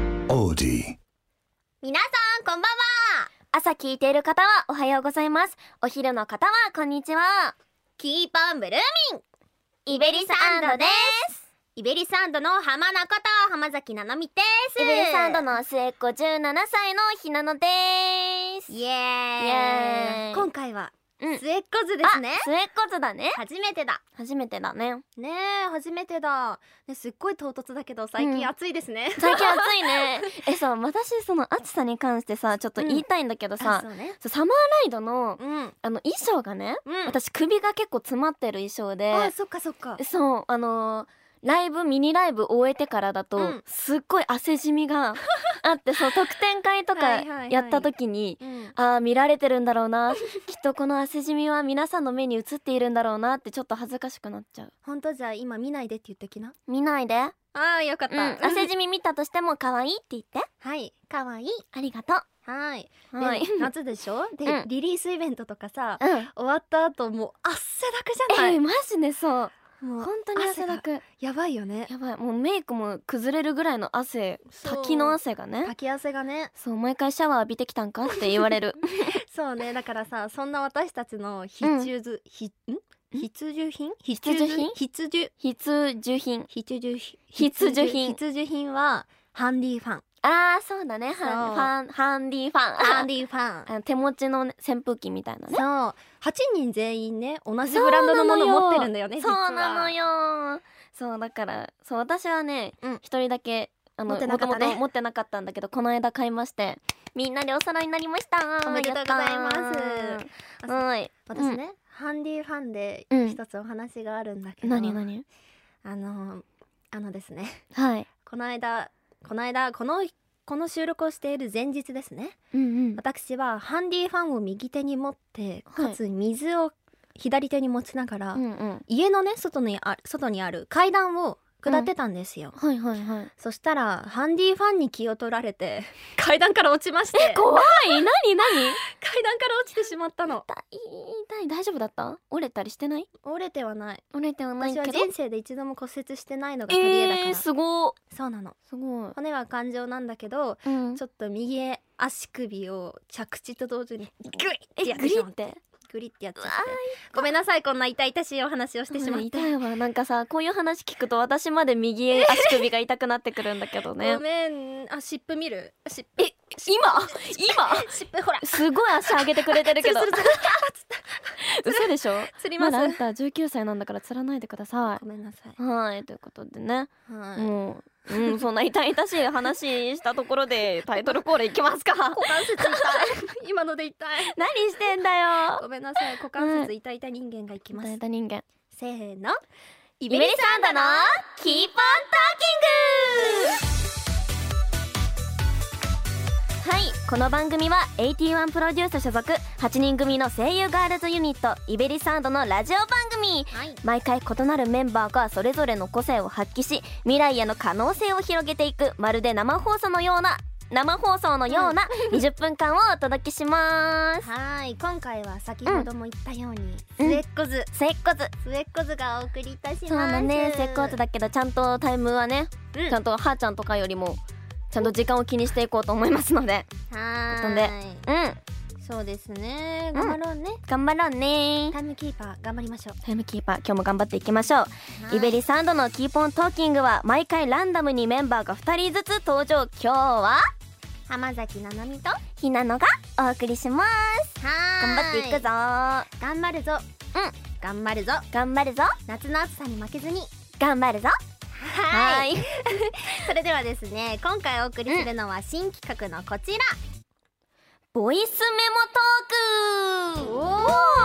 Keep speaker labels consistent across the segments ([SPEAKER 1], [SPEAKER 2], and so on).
[SPEAKER 1] 皆さん、こんばんは。
[SPEAKER 2] Melody.
[SPEAKER 1] 朝聞いている方はおはようございます。お昼の方はこんにちは。キーパンブルーミン。イベリサンドです。イベリサンドの浜中田浜崎七海です。
[SPEAKER 3] イベリサンドの末っ子17歳のひなのです。
[SPEAKER 1] イエー
[SPEAKER 3] イエー
[SPEAKER 1] イ。
[SPEAKER 3] イ
[SPEAKER 1] 今回は
[SPEAKER 3] うん
[SPEAKER 1] 末っ子図ですね
[SPEAKER 3] あ。末っ子図だね。
[SPEAKER 1] 初めてだ。
[SPEAKER 3] 初めてだね。
[SPEAKER 1] ねえ、初めてだ。ね、すっごい唐突だけど、最
[SPEAKER 3] う
[SPEAKER 1] 近
[SPEAKER 3] ん
[SPEAKER 1] 暑いです ね。
[SPEAKER 3] 最近暑い ね。えさ、私その暑さに関してさ、ちょっと言いたいんだけどさ、
[SPEAKER 1] そうね。
[SPEAKER 3] そうサマーライドの
[SPEAKER 1] うん。
[SPEAKER 3] あの衣装がね、
[SPEAKER 1] うん。
[SPEAKER 3] 私首が結構詰まってる衣装で、
[SPEAKER 1] あ、そっかそっか。
[SPEAKER 3] そうあのーライブミニライブ終えてからだと、
[SPEAKER 1] うん
[SPEAKER 3] すっごい汗じみ があってそう特典会と
[SPEAKER 1] はい
[SPEAKER 3] か
[SPEAKER 1] はいはい
[SPEAKER 3] やった時に、
[SPEAKER 1] うん。
[SPEAKER 3] あー見られてるんだろうなきっとこの汗じみは皆さんの目に映っているんだろうなってちょっと恥ずかしくなっちゃう
[SPEAKER 1] 本当じゃあ今見ないでって言ってきな。
[SPEAKER 3] 見ないで、
[SPEAKER 1] ああ、よかっ
[SPEAKER 3] うん、
[SPEAKER 1] た。
[SPEAKER 3] 汗じみ見たとしても可愛いって言って
[SPEAKER 1] はい、かわいい。
[SPEAKER 3] ありがと
[SPEAKER 1] はい。
[SPEAKER 3] うはい
[SPEAKER 1] で、夏でしょで、
[SPEAKER 3] うん
[SPEAKER 1] リリースイベントとかさ、
[SPEAKER 3] うん
[SPEAKER 1] 終わった後もう汗だくじゃな
[SPEAKER 3] え
[SPEAKER 1] い。
[SPEAKER 3] マジでそう
[SPEAKER 1] もう
[SPEAKER 3] 本当に汗だく
[SPEAKER 1] やばいよね。
[SPEAKER 3] やばいもうメイクも崩れるぐらいの汗
[SPEAKER 1] そう
[SPEAKER 3] 滝の汗がね
[SPEAKER 1] 滝汗がね。
[SPEAKER 3] そう毎回シャワー浴びてきたんかって言われる
[SPEAKER 1] そう ね。だからさ、そんな私たちの必需ず、ひん必需品必
[SPEAKER 3] 需品
[SPEAKER 1] 必需
[SPEAKER 3] 必需品
[SPEAKER 1] 必需
[SPEAKER 3] 必需品
[SPEAKER 1] 必需品はハンディファ ン。
[SPEAKER 3] あーそうだね
[SPEAKER 1] そう
[SPEAKER 3] ハンファンハンディファン
[SPEAKER 1] ハンディファン。
[SPEAKER 3] あの手持ちのね扇風機みたいなね
[SPEAKER 1] そう8人全員ね同じブランドのもの持ってるんだよね
[SPEAKER 3] そうなの
[SPEAKER 1] よ
[SPEAKER 3] よそうだからそう私はね
[SPEAKER 1] うん
[SPEAKER 3] 一、人だけあの
[SPEAKER 1] 持ってなかったね
[SPEAKER 3] 元々持ってなかったんだけどこの間買いましてみんなでお皿になりました
[SPEAKER 1] おめでとうございます
[SPEAKER 3] やったーはい
[SPEAKER 1] 私ね、ハンディファンで
[SPEAKER 3] うん
[SPEAKER 1] 一つお話があるんだけど、
[SPEAKER 3] 何何
[SPEAKER 1] あのあのですね
[SPEAKER 3] はい
[SPEAKER 1] この間この間このこの収録をしている前日ですね
[SPEAKER 3] うんうん
[SPEAKER 1] 私はハンディファンを右手に持って
[SPEAKER 3] はい
[SPEAKER 1] かつ水を左手に持ちながら、
[SPEAKER 3] うんうん
[SPEAKER 1] 家のね外にあ外にある階段を下ってたんですよ、
[SPEAKER 3] はいはいはい
[SPEAKER 1] そしたらハンディファンに気を取られて 階段から落ちまして
[SPEAKER 3] 怖い何何
[SPEAKER 1] 階段から落ちてしまったの
[SPEAKER 3] 痛い痛い大丈夫だった折れたりしてない
[SPEAKER 1] 折れてはない
[SPEAKER 3] 折れてはない
[SPEAKER 1] 私
[SPEAKER 3] け
[SPEAKER 1] は
[SPEAKER 3] ど
[SPEAKER 1] 人生で一度も骨折してないのが取り柄だから、
[SPEAKER 3] えー、すご
[SPEAKER 1] そうなの
[SPEAKER 3] すごい、
[SPEAKER 1] 骨は感情なんだけど
[SPEAKER 3] うん
[SPEAKER 1] ちょっと右足首を着地と同時にグイッ
[SPEAKER 3] え
[SPEAKER 1] てやっ
[SPEAKER 3] グ
[SPEAKER 1] て
[SPEAKER 3] リ
[SPEAKER 1] しま
[SPEAKER 3] っ
[SPEAKER 1] って
[SPEAKER 3] て
[SPEAKER 1] グリッてやっちゃっ
[SPEAKER 3] うわ
[SPEAKER 1] てごめんなさいこんな痛々しいお話をしてしまっ
[SPEAKER 3] うん
[SPEAKER 1] て、
[SPEAKER 3] 痛いわなんかさこういう話聞くと私まで右 足首が痛くなってくるんだけどね
[SPEAKER 1] ごめんあ湿布見る湿布
[SPEAKER 3] え今今
[SPEAKER 1] 湿布 ほら
[SPEAKER 3] すごい足上げてくれてるけ ど
[SPEAKER 1] つるつる
[SPEAKER 3] 嘘でしょ
[SPEAKER 1] つりま、
[SPEAKER 3] ますだあんた19歳なんだから釣らないでくださ
[SPEAKER 1] ごめんなさい
[SPEAKER 3] いはいということでね、
[SPEAKER 1] はい、
[SPEAKER 3] もううんそんな痛々しい話したところでタイトルコールいきます か
[SPEAKER 1] 股関節痛い 今ので痛い
[SPEAKER 3] 何してんだよ
[SPEAKER 1] ごめんなさい股関節痛々人間がいきます、
[SPEAKER 3] 答えた人間
[SPEAKER 1] せーのイ
[SPEAKER 3] イベリサンダのキーポントーキングはいこの番組は81プロデュース所属8人組の声優ガールズユニットイベリサンドのラジオ番組
[SPEAKER 1] はい
[SPEAKER 3] 毎回異なるメンバーがそれぞれの個性を発揮し未来への可能性を広げていくまるで生放送のような生放送のような20分間をお届けし ます
[SPEAKER 1] はい今回は先ほども言ったように、
[SPEAKER 3] うん
[SPEAKER 1] 末っ子図
[SPEAKER 3] 末っ子図
[SPEAKER 1] 末っ子図がお送りいたします
[SPEAKER 3] そうだね末っ子図だけどちゃんとタイムはね
[SPEAKER 1] うん
[SPEAKER 3] ちゃんとはーちゃんとかよりもちゃんと時間を気にしていこうと思いますので
[SPEAKER 1] は
[SPEAKER 3] 飛んで
[SPEAKER 1] ーい
[SPEAKER 3] うん
[SPEAKER 1] そうですね
[SPEAKER 3] うん
[SPEAKER 1] 頑張ろうね、
[SPEAKER 3] 頑張ろうね
[SPEAKER 1] タイムキーパー頑張りましょ
[SPEAKER 3] タイムキーパー今日も頑張っていきましょう
[SPEAKER 1] う
[SPEAKER 3] イベリサンドのキーポントーキングは毎回ランダムにメンバーが2人ずつ登場今日は
[SPEAKER 1] 浜崎ななみとは
[SPEAKER 3] ひなのがお送りします頑張っていくぞ
[SPEAKER 1] 頑張るぞ
[SPEAKER 3] うん
[SPEAKER 1] 頑張るぞ
[SPEAKER 3] 頑張るぞ
[SPEAKER 1] 夏の暑さに負けずに
[SPEAKER 3] 頑張るぞ
[SPEAKER 1] はーい
[SPEAKER 3] ーい
[SPEAKER 1] それではですね今回お送りするのは新企画のこち
[SPEAKER 3] ボイスメモ
[SPEAKER 1] ら、
[SPEAKER 3] トーク
[SPEAKER 1] おお、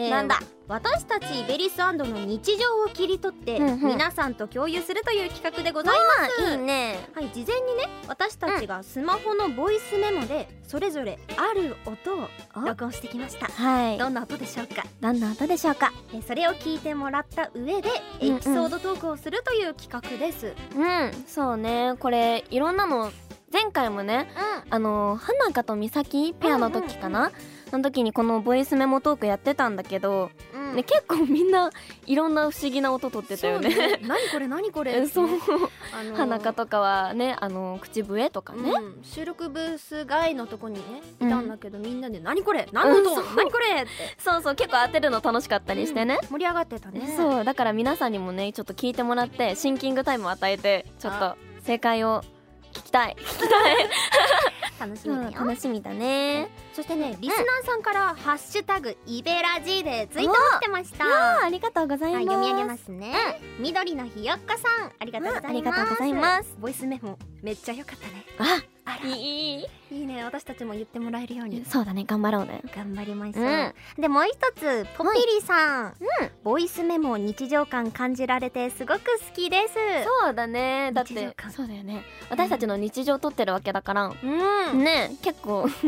[SPEAKER 1] えー
[SPEAKER 3] なんだ
[SPEAKER 1] 私たちイベリスの日常を切り取って、
[SPEAKER 3] うんうん
[SPEAKER 1] 皆さんと共有するという企画でございます、
[SPEAKER 3] まあいいね
[SPEAKER 1] はい事前にね私たちがスマホのボイスメモでそれぞれある音を録音してきました
[SPEAKER 3] はい
[SPEAKER 1] どんな音でしょうか、
[SPEAKER 3] 何の音でしょうか
[SPEAKER 1] えーそれを聞いてもらった上でエピ
[SPEAKER 3] うんうん
[SPEAKER 1] ソードトークをするという企画です、うん
[SPEAKER 3] うんそうねこれいろんなの前回もねあの花香と美咲ペアの時かな、の時にこのボイスメモトークやってたんだけど
[SPEAKER 1] ううん
[SPEAKER 3] ね、結構みんないろんな不思議な音とってたよね
[SPEAKER 1] そう何これ何これ
[SPEAKER 3] そう
[SPEAKER 1] あのー
[SPEAKER 3] 鼻かとかはねあの口笛とかね、
[SPEAKER 1] うん収録ブース外のとこにねいたんだけど、みんなで「何これ何の音、
[SPEAKER 3] うんそう
[SPEAKER 1] 何これ!」って
[SPEAKER 3] そうそう結構当てるの楽しかったりしてね、
[SPEAKER 1] 盛り上がってたね
[SPEAKER 3] そうだから皆さんにもねちょっと聞いてもらってシンキングタイムを与えてちょっと
[SPEAKER 1] あ
[SPEAKER 3] 正解を聞きたい、
[SPEAKER 1] 楽し
[SPEAKER 3] う
[SPEAKER 1] み
[SPEAKER 3] ん
[SPEAKER 1] だよ、
[SPEAKER 3] 楽しみだね
[SPEAKER 1] そしてねリスナーさんから「ハッシュタグイベラジ」でツイートをしてました
[SPEAKER 3] あ
[SPEAKER 1] は
[SPEAKER 3] ありがとうござい
[SPEAKER 1] い
[SPEAKER 3] ます
[SPEAKER 1] 読み上げますね、緑のひよっこさんありがとうございます、
[SPEAKER 3] うんありがとうございます
[SPEAKER 1] ボイスメモめっちゃ良かったね
[SPEAKER 3] あ
[SPEAKER 1] あら
[SPEAKER 3] いいい
[SPEAKER 1] いいね私たちも言ってもらえるように
[SPEAKER 3] いそうだね頑張ろうね
[SPEAKER 1] 頑張りましょう、
[SPEAKER 3] うん
[SPEAKER 1] でもう一つポピリさん、ボイスメモ日常感感じられてすごく好きです
[SPEAKER 3] そうだねだっ
[SPEAKER 1] 日常
[SPEAKER 3] て
[SPEAKER 1] 感
[SPEAKER 3] そうだよね私たちの日常を撮ってるわけだから、
[SPEAKER 1] ううん、
[SPEAKER 3] ね結構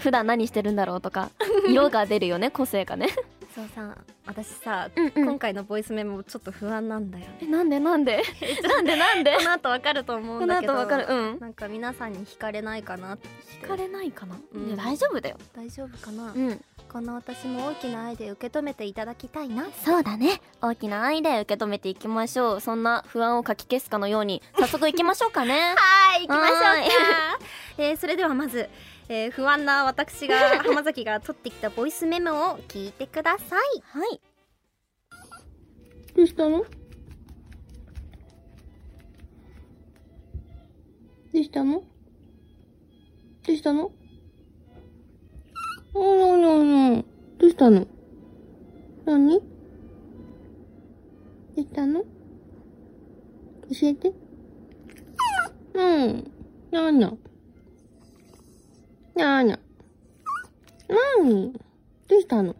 [SPEAKER 3] 普段何してるんだろうと か色が出るよね個性がね
[SPEAKER 1] そうさ私さ、
[SPEAKER 3] うんう
[SPEAKER 1] 今回のボイスメモちょっと不安なんだよね
[SPEAKER 3] えなんでなんで なんでなんで
[SPEAKER 1] この後わかると思う
[SPEAKER 3] こ
[SPEAKER 1] ん
[SPEAKER 3] の
[SPEAKER 1] だけ
[SPEAKER 3] 後
[SPEAKER 1] ど
[SPEAKER 3] わかるうん
[SPEAKER 1] なんか皆さんに惹かれないかなって
[SPEAKER 3] 聞かれないかな、
[SPEAKER 1] うん
[SPEAKER 3] いや大丈夫だよ
[SPEAKER 1] 大丈夫かな、
[SPEAKER 3] うん
[SPEAKER 1] この私も大きな愛で受け止めていただきたいな
[SPEAKER 3] そうだね大きな愛で受け止めていきましょうそんな不安をかき消すかのように早速いきましょうかね
[SPEAKER 1] はい行 きましょう
[SPEAKER 3] はーい
[SPEAKER 1] か、えーそれではまず、えー不安な私 が浜崎が取ってきたボイスメモを聞いてください
[SPEAKER 3] はい
[SPEAKER 2] どうしたのどうしたのどうしたのあらあらあら。どうしたの何どうしたの教えて。うん。なーにゃ。なーにゃ。なにどうしたの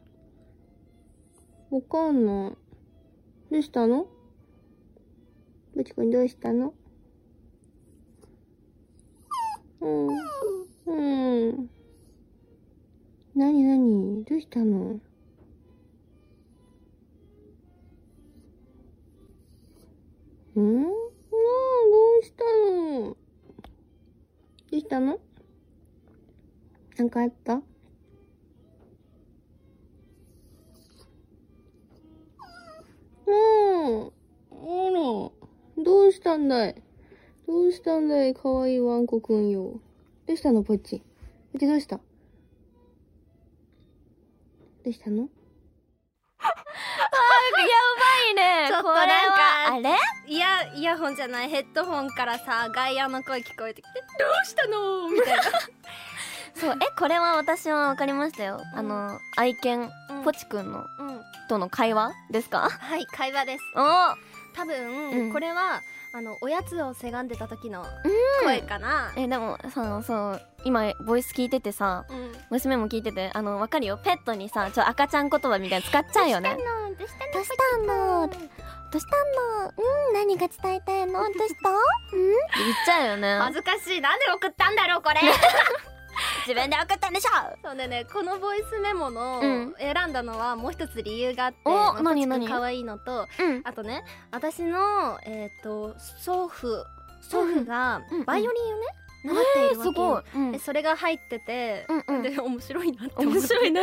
[SPEAKER 2] わかんない。どうしたのぶちくんどうしたのうん。うん。なになにどうしたのうんなあ、どうしたのどうしたのなんかあったもう、あら、どうしたんだいどうしたんだいかわいいワンコくんよ。どうしたの、ポッチ。ポッチどうしたどうしたの
[SPEAKER 3] やばいね
[SPEAKER 1] ちょっと
[SPEAKER 3] これは
[SPEAKER 1] な
[SPEAKER 3] あ
[SPEAKER 1] ん
[SPEAKER 3] れ
[SPEAKER 1] いやイヤホンじゃないヘッドホンからさ外野の声聞こえてきて「どうしたの?」 みたいな
[SPEAKER 3] そうえこれは私は分かりましたよ、
[SPEAKER 1] うん
[SPEAKER 3] あの愛犬、
[SPEAKER 1] うん
[SPEAKER 3] ポチくんの
[SPEAKER 1] うん
[SPEAKER 3] との会話ですか
[SPEAKER 1] はい会話です
[SPEAKER 3] おー
[SPEAKER 1] 多分、
[SPEAKER 3] うん
[SPEAKER 1] これはあのおやつをせがんでた時の声かな、
[SPEAKER 3] えでもさそう今ボイス聞いててさ
[SPEAKER 1] うん
[SPEAKER 3] 娘も聞いててあの分かるよペットにさちょ赤ちゃん言葉みたいに使っちゃうよ
[SPEAKER 1] の
[SPEAKER 3] ね
[SPEAKER 1] どうした
[SPEAKER 3] どうしたのどうしたのうん何が伝えたいのどうしたうんって言っちゃうよ
[SPEAKER 1] 恥
[SPEAKER 3] ね
[SPEAKER 1] ずかしいなんで送ったんだろうこれ
[SPEAKER 3] 自分で送ったんでしょ
[SPEAKER 1] そうでねこのボイスメモの
[SPEAKER 3] うん
[SPEAKER 1] 選んだのはもう一つ理由があって、
[SPEAKER 3] お
[SPEAKER 1] まあポ
[SPEAKER 3] 何
[SPEAKER 1] チ
[SPEAKER 3] 何
[SPEAKER 1] 君可愛いのと
[SPEAKER 3] うん
[SPEAKER 1] あとね私のえっ、と祖父祖父が
[SPEAKER 3] うんうん
[SPEAKER 1] バイオリンをね、習っているわけ
[SPEAKER 3] すご
[SPEAKER 1] よ
[SPEAKER 3] い、うん
[SPEAKER 1] でそれが入ってて、
[SPEAKER 3] うんうん
[SPEAKER 1] で面白いなって思って
[SPEAKER 3] 面白いな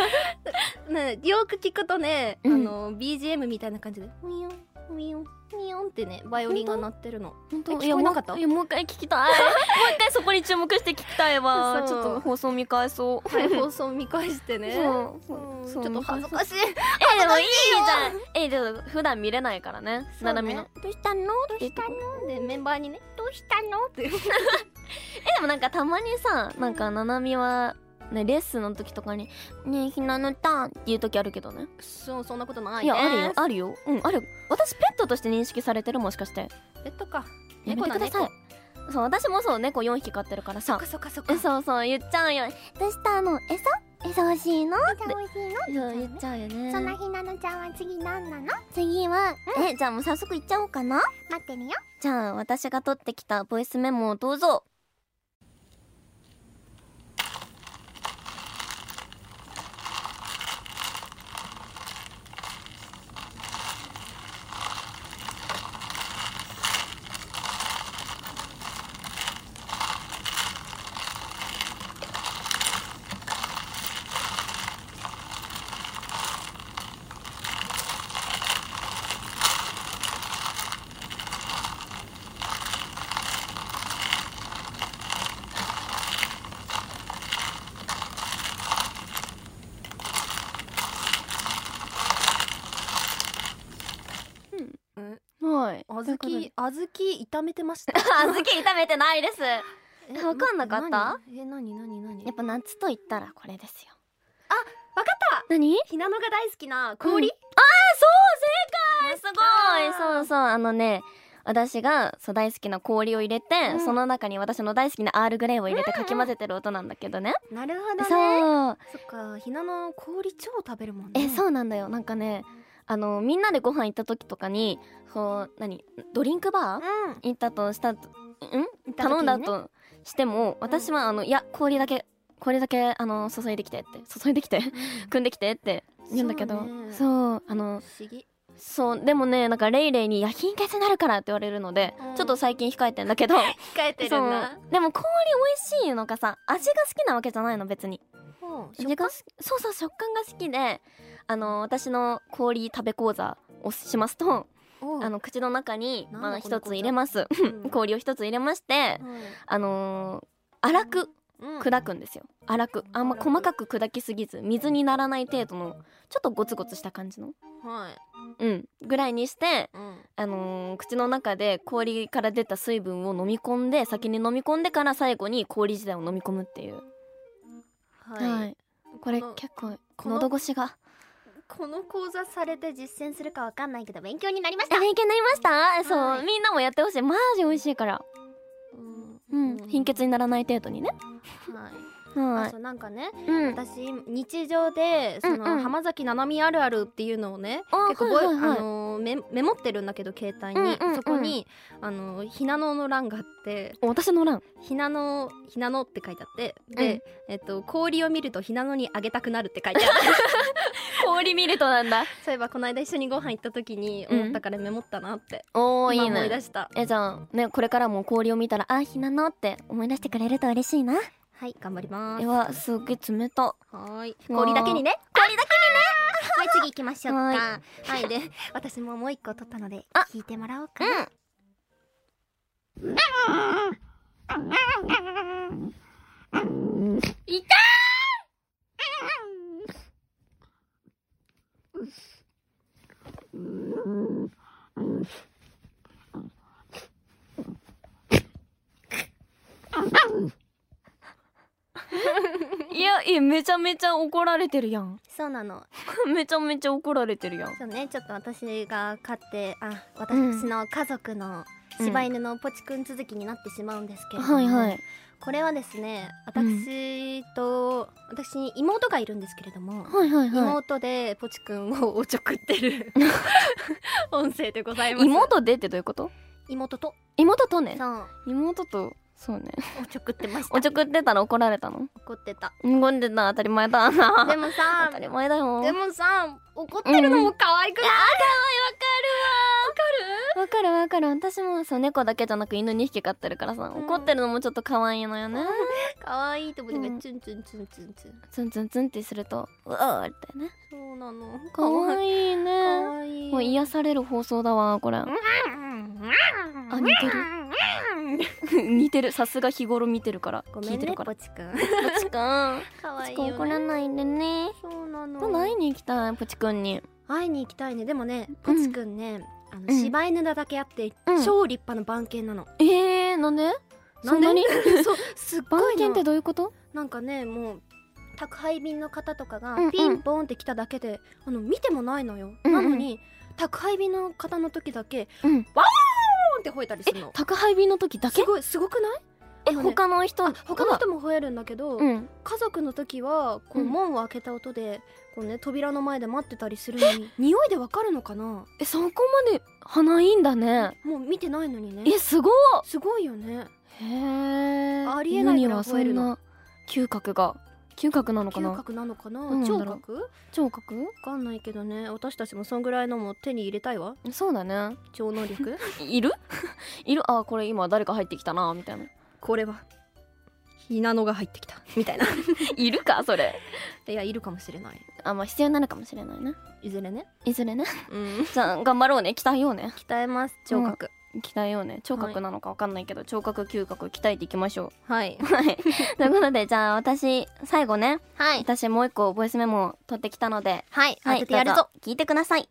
[SPEAKER 1] ね、よく聞くとね、
[SPEAKER 3] うん
[SPEAKER 1] あの BGM みたいな感じで「ミヨンミヨンミヨン」ってねバイオリンが鳴ってるの
[SPEAKER 3] 本
[SPEAKER 1] え聞
[SPEAKER 3] 当
[SPEAKER 1] こ
[SPEAKER 3] い
[SPEAKER 1] え
[SPEAKER 3] や
[SPEAKER 1] なかった
[SPEAKER 3] もういやもう一回聞 きたいもう一回そこに注目して聞きたいわ
[SPEAKER 1] そう
[SPEAKER 3] ちょっと放送見返そう
[SPEAKER 1] はい放送見返してね
[SPEAKER 3] そう
[SPEAKER 1] うんち
[SPEAKER 3] そ
[SPEAKER 1] ょ
[SPEAKER 3] う
[SPEAKER 1] っと恥ずかしい
[SPEAKER 3] えでもいいじゃんえでも普段見れないからね
[SPEAKER 1] そうね
[SPEAKER 3] ななみのどうしたのどう
[SPEAKER 1] したのでメンバーにね「どうしたの?」って
[SPEAKER 3] えでもなんかたまにさなんかななみはねレッスンの時とかに「ねえひなのたん」っていう時あるけどね
[SPEAKER 1] そうそんなことない
[SPEAKER 3] い
[SPEAKER 1] ね
[SPEAKER 3] やあるよあるようんある私ペットとして認識されてるもしかして
[SPEAKER 1] ペットか
[SPEAKER 3] やめて
[SPEAKER 1] 猫だ
[SPEAKER 3] ください
[SPEAKER 1] 猫
[SPEAKER 3] そう私もそう猫4匹飼ってるから
[SPEAKER 1] そっか
[SPEAKER 3] さ
[SPEAKER 1] そっかそっか
[SPEAKER 3] えそうそう言っちゃうよどうしたの餌餌欲しいのって
[SPEAKER 1] 美味しいの
[SPEAKER 3] そう言っちゃうよね
[SPEAKER 1] ひなのちゃんは次何なの
[SPEAKER 3] 次は、えじゃあもう早速行っちゃおうかな
[SPEAKER 1] 待ってるよ
[SPEAKER 3] じゃあ私が取ってきたボイスメモをどうぞ
[SPEAKER 1] あ
[SPEAKER 4] わからない
[SPEAKER 1] 豆小豆炒めてま した
[SPEAKER 3] 小豆炒めてないです や
[SPEAKER 1] え
[SPEAKER 3] わかんなかった
[SPEAKER 1] 何え何何何
[SPEAKER 3] っぱ夏と言ったらこれですよ
[SPEAKER 1] わかった
[SPEAKER 3] 何
[SPEAKER 1] ひなのが大好きな氷、
[SPEAKER 3] すごいそうそうあのね私がそう大好きな氷を入れて、
[SPEAKER 1] うん
[SPEAKER 3] その中に私の大好きなアールグレイを入れてかき混ぜてる音なんだけどね、
[SPEAKER 1] なるほどね
[SPEAKER 3] そう
[SPEAKER 1] そっかひなの氷超食べるもんね
[SPEAKER 3] えそうなんだよなんかねあのみんなでご飯行った時とかにこう何ドリンクバー
[SPEAKER 1] う
[SPEAKER 3] 行ったとしたん
[SPEAKER 1] ん
[SPEAKER 3] 頼んだ
[SPEAKER 1] と
[SPEAKER 3] としても私はあのいや氷だけ氷だけあの注いできてって注いできて汲んできてって言うんだけど
[SPEAKER 1] そうね
[SPEAKER 3] そうあの
[SPEAKER 1] 不思議
[SPEAKER 3] そうでもねなんかレイレイに「夜勤血になるから」って言われるので、
[SPEAKER 1] うん
[SPEAKER 3] ちょっと最近控えてん だけど
[SPEAKER 1] 控えてるんだ
[SPEAKER 3] そうでも氷美味しいのかさ味が好きなわけじゃないの別に
[SPEAKER 1] ほう
[SPEAKER 3] 味がそうそう食感が好きであの私の氷食べ講座をしますと
[SPEAKER 1] おう
[SPEAKER 3] あの口の中に
[SPEAKER 1] なんだ
[SPEAKER 3] まあ
[SPEAKER 1] この
[SPEAKER 3] 一
[SPEAKER 1] 講
[SPEAKER 3] つ
[SPEAKER 1] 座
[SPEAKER 3] 入れます
[SPEAKER 1] うん
[SPEAKER 3] 氷を一つ入れましてあのー粗く
[SPEAKER 1] うん
[SPEAKER 3] 砕くんですよ粗くあんま
[SPEAKER 1] 粗く
[SPEAKER 3] 細かく砕きすぎず水にならない程度のちょっとゴツゴツした感じの
[SPEAKER 1] はい
[SPEAKER 3] うんぐらいにして
[SPEAKER 1] うん
[SPEAKER 3] あのー口の中で氷から出た水分を飲み込んで先に飲み込んでから最後に氷自体を飲み込むっていうはい、
[SPEAKER 1] はい
[SPEAKER 3] これ
[SPEAKER 1] この
[SPEAKER 3] 結構
[SPEAKER 1] この
[SPEAKER 3] 喉越しが
[SPEAKER 1] この講座されて実践するかわかんないけど勉強になりまし
[SPEAKER 3] あ
[SPEAKER 1] た
[SPEAKER 3] 勉強になりましたそう、
[SPEAKER 1] はい
[SPEAKER 3] みんなもやってほしいマジ美味しいから
[SPEAKER 1] うん
[SPEAKER 3] うん、貧血にならない程度にね
[SPEAKER 1] はい
[SPEAKER 3] は
[SPEAKER 1] あ
[SPEAKER 3] い
[SPEAKER 1] そうなんかね
[SPEAKER 3] うん
[SPEAKER 1] 私日常でその、
[SPEAKER 3] うんうん
[SPEAKER 1] 浜崎七海あるあるっていうのをね
[SPEAKER 3] あ
[SPEAKER 1] 結構ボイ、
[SPEAKER 3] はいはいはい
[SPEAKER 1] あのメメモってるんだけど携帯に、
[SPEAKER 3] うんうんうん
[SPEAKER 1] そこにあのひなのの欄があって
[SPEAKER 3] 私の欄
[SPEAKER 1] ひなのひなのって書いてあってで、えっと氷を見るとひなのにあげたくなるって書いてある
[SPEAKER 3] 氷見るとなんだ
[SPEAKER 1] そういえばこの間一緒にご飯行った時に思ったからメモったなって、
[SPEAKER 3] おーい
[SPEAKER 1] 今
[SPEAKER 3] い
[SPEAKER 1] 思い出
[SPEAKER 3] ね
[SPEAKER 1] した
[SPEAKER 3] えじゃあねこれからも氷を見たらあひなのって思い出してくれると嬉しいな
[SPEAKER 1] はい頑張りま
[SPEAKER 3] え
[SPEAKER 1] す
[SPEAKER 3] はすっげえ冷た
[SPEAKER 1] はーい
[SPEAKER 3] わー
[SPEAKER 1] 氷だけにね氷だけにねはい次行きましょうか
[SPEAKER 3] は
[SPEAKER 1] はいい、で私ももう一個取ったので聞いてもらおうかな
[SPEAKER 3] うんいやいやめちゃめちゃ怒られてるやん
[SPEAKER 1] そうなの
[SPEAKER 3] めちゃめちゃ怒られてるやん
[SPEAKER 1] そうねちょっと私が飼ってあ
[SPEAKER 3] うん
[SPEAKER 1] 私の家族の
[SPEAKER 3] うん
[SPEAKER 1] 柴犬のポチくん続きになってしまうんですけれども、
[SPEAKER 3] はいはい
[SPEAKER 1] これはですね私と、私に妹がいるんですけれども、
[SPEAKER 3] はいはいは
[SPEAKER 1] 妹でポチくんをおちょくって る音声でございま
[SPEAKER 3] い
[SPEAKER 1] す
[SPEAKER 3] 妹でってどういうこと
[SPEAKER 1] 妹と
[SPEAKER 3] 妹とね
[SPEAKER 1] そう
[SPEAKER 3] 妹とそう ね
[SPEAKER 1] おちょくってまし
[SPEAKER 3] お
[SPEAKER 1] た
[SPEAKER 3] ちょくってたら怒られたの
[SPEAKER 1] 怒ってた
[SPEAKER 3] 怒ってた当たり前だな
[SPEAKER 1] でもさ
[SPEAKER 3] 当たり前だよ
[SPEAKER 1] でもさ怒ってるのも可愛くない、
[SPEAKER 3] わかるわかる私もそう猫だけじゃなく犬2匹飼ってるからさ、
[SPEAKER 1] ん
[SPEAKER 3] 怒ってるのもちょっと可愛いのよね
[SPEAKER 1] 可愛いと思って
[SPEAKER 3] うん
[SPEAKER 1] チュンチュンチュンチュンチュン
[SPEAKER 3] ツンツンツンってするとうわーってね
[SPEAKER 1] そうなの
[SPEAKER 3] 可
[SPEAKER 1] い
[SPEAKER 3] 愛いね
[SPEAKER 1] 可愛い
[SPEAKER 3] もう癒される放送だわこれあ似てる 似てるさすが日頃見てるから
[SPEAKER 1] ご
[SPEAKER 3] 聞
[SPEAKER 1] め
[SPEAKER 3] い
[SPEAKER 1] ん
[SPEAKER 3] てる
[SPEAKER 1] ね
[SPEAKER 3] から
[SPEAKER 1] ポチくん
[SPEAKER 3] ポチくん
[SPEAKER 1] 可
[SPEAKER 3] ポ
[SPEAKER 1] 愛
[SPEAKER 3] チ
[SPEAKER 1] い
[SPEAKER 3] くん
[SPEAKER 1] よ
[SPEAKER 3] 怒ら
[SPEAKER 1] ね
[SPEAKER 3] ないんでね
[SPEAKER 1] そうなの
[SPEAKER 3] 今度会いに行きたいポチくんに
[SPEAKER 1] 会いに行きたいねでもねポチくんね、あの
[SPEAKER 3] うん
[SPEAKER 1] 柴犬だだけあって、
[SPEAKER 3] うん
[SPEAKER 1] 超立派な番犬なの、
[SPEAKER 3] えー、なんでそんなに
[SPEAKER 1] そうすっ
[SPEAKER 3] 番
[SPEAKER 1] ごい
[SPEAKER 3] 犬
[SPEAKER 1] な
[SPEAKER 3] ってどういうこと
[SPEAKER 1] なんかねもう宅配便の方とかが
[SPEAKER 3] うんうん
[SPEAKER 1] ピンポンって来ただけで、あの見てもないのよ、
[SPEAKER 3] うんうん
[SPEAKER 1] なのに宅配便の方の時だけ、
[SPEAKER 3] うん
[SPEAKER 1] ワオーンって吠えたりするの
[SPEAKER 3] 宅配便の時だけ
[SPEAKER 1] すごいすごくない
[SPEAKER 3] え
[SPEAKER 1] あのね
[SPEAKER 3] 他の人
[SPEAKER 1] あ他の
[SPEAKER 3] は
[SPEAKER 1] 人も吠えるんだけど、
[SPEAKER 3] うん
[SPEAKER 1] 家族の時はこう
[SPEAKER 3] うん
[SPEAKER 1] 門を開けた音でこう、ね、扉の前で待ってたりするのに匂いでわかるのかな
[SPEAKER 3] えそこまで鼻いいんだね
[SPEAKER 1] もう見てないのにね
[SPEAKER 3] えすごっ
[SPEAKER 1] すごいよね
[SPEAKER 3] へえ
[SPEAKER 1] ありえないぐらい吠えるの
[SPEAKER 3] 嗅覚が嗅覚なのか
[SPEAKER 1] 嗅
[SPEAKER 3] な
[SPEAKER 1] 覚なのかな、
[SPEAKER 3] うん
[SPEAKER 1] 聴
[SPEAKER 3] なんだろう
[SPEAKER 1] 覚わ
[SPEAKER 3] 聴覚
[SPEAKER 1] かんないけどね私たちもそんぐらいのも手に入れたいわ
[SPEAKER 3] そうだね
[SPEAKER 1] 超能 力
[SPEAKER 3] いるいるあこれ今誰か入ってきたなみたいな
[SPEAKER 1] これはひなのが入ってきたみたいな
[SPEAKER 3] いるかそれ
[SPEAKER 1] いやいるかもしれない
[SPEAKER 3] あまあ必要になるかもしれないね
[SPEAKER 1] いずれね
[SPEAKER 3] いずれね
[SPEAKER 1] うん
[SPEAKER 3] じゃあ頑張ろうね鍛えようね
[SPEAKER 1] 鍛えます聴覚、
[SPEAKER 3] 鍛えようね聴覚なのかわかんないけど、聴覚嗅覚鍛えていきましょ
[SPEAKER 1] はい、
[SPEAKER 3] うはい ということでじゃあ私最後ね
[SPEAKER 5] はい
[SPEAKER 3] 私もう一個ボイスメモ取ってきたので
[SPEAKER 5] はい
[SPEAKER 3] はい
[SPEAKER 5] 当ててやる
[SPEAKER 3] ど
[SPEAKER 5] ぞ
[SPEAKER 3] う聞いてください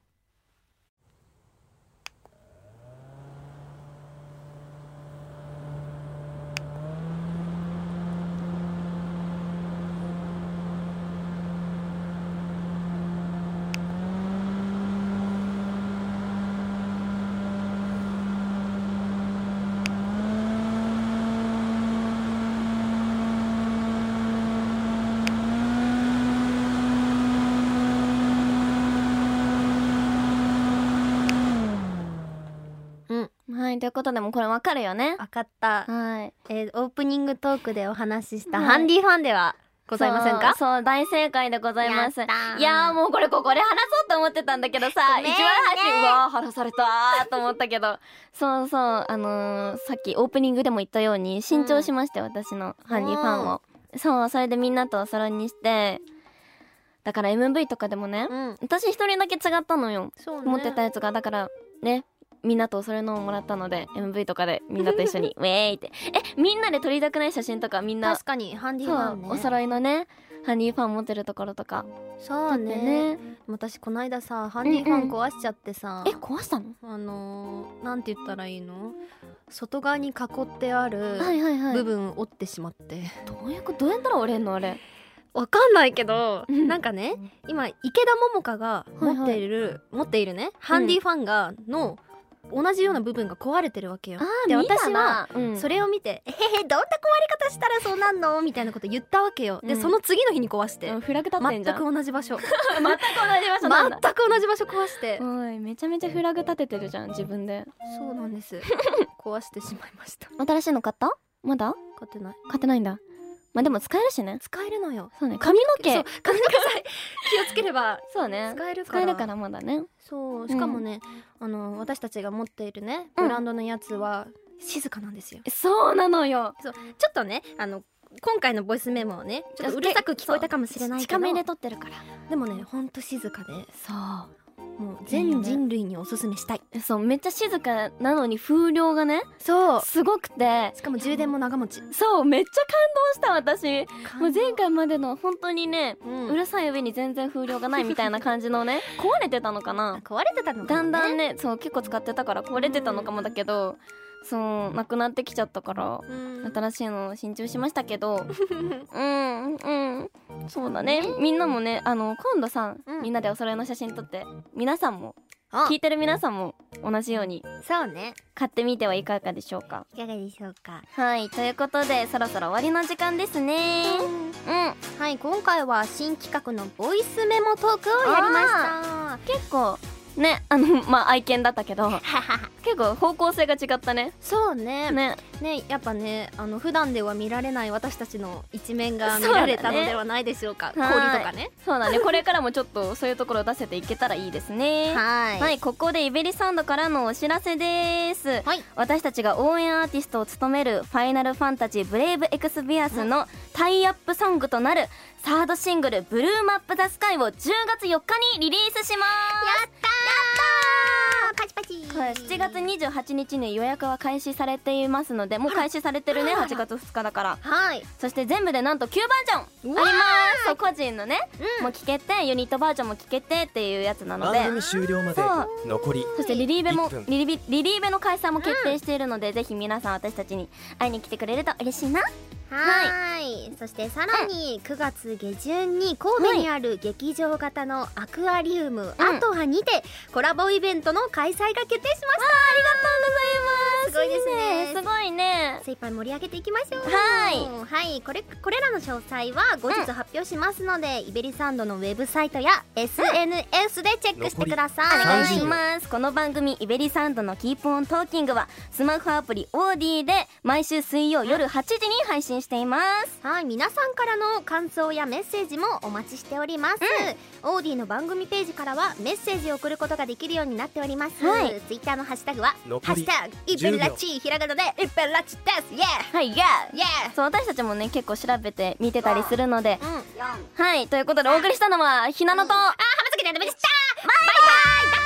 [SPEAKER 3] ということでもうこれわかるよね
[SPEAKER 6] 分かった、
[SPEAKER 3] はい
[SPEAKER 6] えーオープニングトークでお話しした
[SPEAKER 3] はい
[SPEAKER 6] ハンディファンではご
[SPEAKER 3] ご
[SPEAKER 6] ざいませんか
[SPEAKER 3] そうそう大正解でございます
[SPEAKER 1] やったー
[SPEAKER 3] いやーもうこれここで話そうと思ってたんだけどさ
[SPEAKER 1] ごめんね
[SPEAKER 3] 一番端うわー話されたーと思ったけどそうそうあのーさっきオープニングでも言ったように新調しまして、私のハンディファンをそうそれでみんなとお揃いにしてだから MV とかでもね、
[SPEAKER 1] うん
[SPEAKER 3] 私一人だけ違ったのよ
[SPEAKER 6] そう
[SPEAKER 3] 持ってたやつがだからねみんなとそれのをもらったので MV とかでみんなと一緒にウェーイってえみんなで撮りたくない写真とかみんな
[SPEAKER 6] 確かにハンディフ
[SPEAKER 3] そ
[SPEAKER 6] ァン
[SPEAKER 3] う
[SPEAKER 6] ね
[SPEAKER 3] お揃いのねハニーファン持ってるところとか
[SPEAKER 6] そう
[SPEAKER 3] で
[SPEAKER 6] ね
[SPEAKER 3] ね
[SPEAKER 6] 私こないださハンディファン壊しちゃってさ、
[SPEAKER 3] え壊したの
[SPEAKER 6] あのー、なんて言ったらいいの外側に囲ってある
[SPEAKER 3] はいはいはい
[SPEAKER 6] 部分を折ってしまって、
[SPEAKER 3] どういうことどうやったら折れんのあれ
[SPEAKER 6] わかんないけど
[SPEAKER 3] うん
[SPEAKER 6] なんかね今池田桃香が持っている、持っているねハンディファンがの同じような部分が壊れてるわけよ
[SPEAKER 3] あ。ー
[SPEAKER 6] で
[SPEAKER 3] 見た
[SPEAKER 6] 私は
[SPEAKER 3] なうん
[SPEAKER 6] それを見て「えへへどんな壊れ方したらそうなんの?」みたいなこと言ったわけよ。で、
[SPEAKER 3] うん
[SPEAKER 6] その次の日に壊して、
[SPEAKER 3] うんフラグ立って
[SPEAKER 6] 全
[SPEAKER 3] ん
[SPEAKER 6] く
[SPEAKER 3] じゃん
[SPEAKER 6] 同じ場 所
[SPEAKER 3] 全く同じ場
[SPEAKER 6] 全く
[SPEAKER 3] 所なん だ
[SPEAKER 6] 同じ場所壊して、
[SPEAKER 3] おいめちゃめちゃフラグ立ててるじゃん自分で
[SPEAKER 6] そうなんです 壊してしまいました
[SPEAKER 3] 新しいの買ったまだ
[SPEAKER 6] 買ってない
[SPEAKER 3] 買ってないんだまあでも使えるしね
[SPEAKER 6] 使えるのよ
[SPEAKER 3] そうね髪の毛
[SPEAKER 6] そう髪の毛さえ気をつければ
[SPEAKER 3] そうね
[SPEAKER 6] 使えるから
[SPEAKER 3] 使えるからまだね
[SPEAKER 6] そう
[SPEAKER 3] うん
[SPEAKER 6] しかもね、あの私たちが持っているねブランドのやつは静かなんですよ、
[SPEAKER 3] そうなのよ
[SPEAKER 6] そうちょっとねあの今回のボイスメモをねちょっとうるさく聞こえたかもしれないけど
[SPEAKER 3] 近めで撮ってるから
[SPEAKER 6] でもねほんと静かで
[SPEAKER 3] そ
[SPEAKER 6] もう全人類におすすめしたいう
[SPEAKER 3] そうめっちゃ静かなのに風量がね
[SPEAKER 6] そう
[SPEAKER 3] すごくて
[SPEAKER 6] しかも充電も長持ち
[SPEAKER 3] そうめっちゃ感動した私もう前回までの本当にね
[SPEAKER 6] うん
[SPEAKER 3] うるさい上に全然風量がないみたいな感じ のね壊れてたのかな
[SPEAKER 6] 壊れてたのか
[SPEAKER 3] だんだ
[SPEAKER 6] ね
[SPEAKER 3] んねそう結構使ってたから壊れてたのかもだけどそうなくなってきちゃったから
[SPEAKER 6] うん
[SPEAKER 3] 新しいのを新調しましたけ どうんうんそうだねみんなもねあの今度さ、
[SPEAKER 6] うん
[SPEAKER 3] みんなでお揃いの写真撮って皆さんも
[SPEAKER 6] あ
[SPEAKER 3] 聞いてる皆さんも同じように
[SPEAKER 6] そうね
[SPEAKER 3] 買ってみてはいかがでしょうか
[SPEAKER 6] いかがでしょうか
[SPEAKER 3] はいということでそろそろ終わりの時間ですねうん
[SPEAKER 6] はい今回は新企画のボイスメモトークをやりました
[SPEAKER 3] 結構ねあのまあ愛犬だったけど結構方向性が違ったね
[SPEAKER 6] そう ねね
[SPEAKER 3] ね
[SPEAKER 6] やっぱねあの普段では見られない私たちの一面が見られたのではないでしょうか
[SPEAKER 3] そうだね
[SPEAKER 6] 氷とかね
[SPEAKER 3] そうだねこれからもちょっとそういうところを出せていけたらいいですね
[SPEAKER 1] はい
[SPEAKER 3] はい、ここでイベリサウンドからのお知らせです、
[SPEAKER 1] はい
[SPEAKER 3] 私たちが応援アーティストを務める「ファイナルファンタジーブレイブエクスビアス」のタイアップソングとなるサードシングル「ブルームアップ・ザ・スカイ」を10月4日にリリースします
[SPEAKER 1] パチパチ
[SPEAKER 3] はい、7月28日に予約は開始されていますのでもう開始されてるね8月2日だから
[SPEAKER 1] はい
[SPEAKER 3] そして全部でなんと9バージョンありますそう個人のね、もう聴けてユニットバージョンも聴けてっていうやつなので
[SPEAKER 7] 番組終了まで
[SPEAKER 3] そう
[SPEAKER 7] 残り
[SPEAKER 3] そしてリリーベも
[SPEAKER 7] 1分
[SPEAKER 3] リリベリリーベの開催も決定しているので、ぜひ皆さん私たちに会いに来てくれると嬉しいな
[SPEAKER 1] はーいそしてさらに9月下旬に神戸にある劇場型のアクアリウムアトハにてコラボイベントの開催が決定しました
[SPEAKER 3] ありがとうございます
[SPEAKER 1] すごいですね
[SPEAKER 3] すごいね
[SPEAKER 1] 精一杯盛り上げていきましょう
[SPEAKER 3] は
[SPEAKER 1] はいこれこれらの詳細は後日発表しますので、イベリサンドのウェブサイトや SNS でチェックしてください、
[SPEAKER 3] お願いし
[SPEAKER 7] 30秒
[SPEAKER 3] ますこの番組「イベリサウンドのキープオントーキングはスマホアプリ OD で毎週水曜夜8時に配信しています
[SPEAKER 1] はい、皆さんからの感想やメッセージもお待ちしております。オーディの番組ページからはメッセージを送ることができるようになっております。
[SPEAKER 3] はい
[SPEAKER 1] ツイッターのハッシュタグは「ハ
[SPEAKER 7] 残
[SPEAKER 1] ッシ
[SPEAKER 7] り
[SPEAKER 1] ュタグイベルラチ」ひらがなで「イベルラチ」ですイエ
[SPEAKER 3] はいや
[SPEAKER 1] ーイエー
[SPEAKER 3] そう私たちもね結構調べて見てたりするので
[SPEAKER 1] うん、
[SPEAKER 3] はいということでお送りしたのはひなのと
[SPEAKER 1] あ浜崎のやめでしたバイバイ